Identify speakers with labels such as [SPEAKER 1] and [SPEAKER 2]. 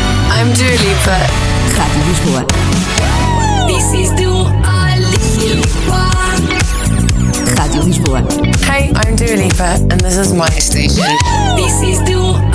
[SPEAKER 1] Dua Lipa.
[SPEAKER 2] Rádio Lisboa.
[SPEAKER 1] This is Dua Lipa.
[SPEAKER 2] Rádio Lisboa.
[SPEAKER 3] Hey, I'm Dua Lipa, and this is my station.
[SPEAKER 1] This is Dua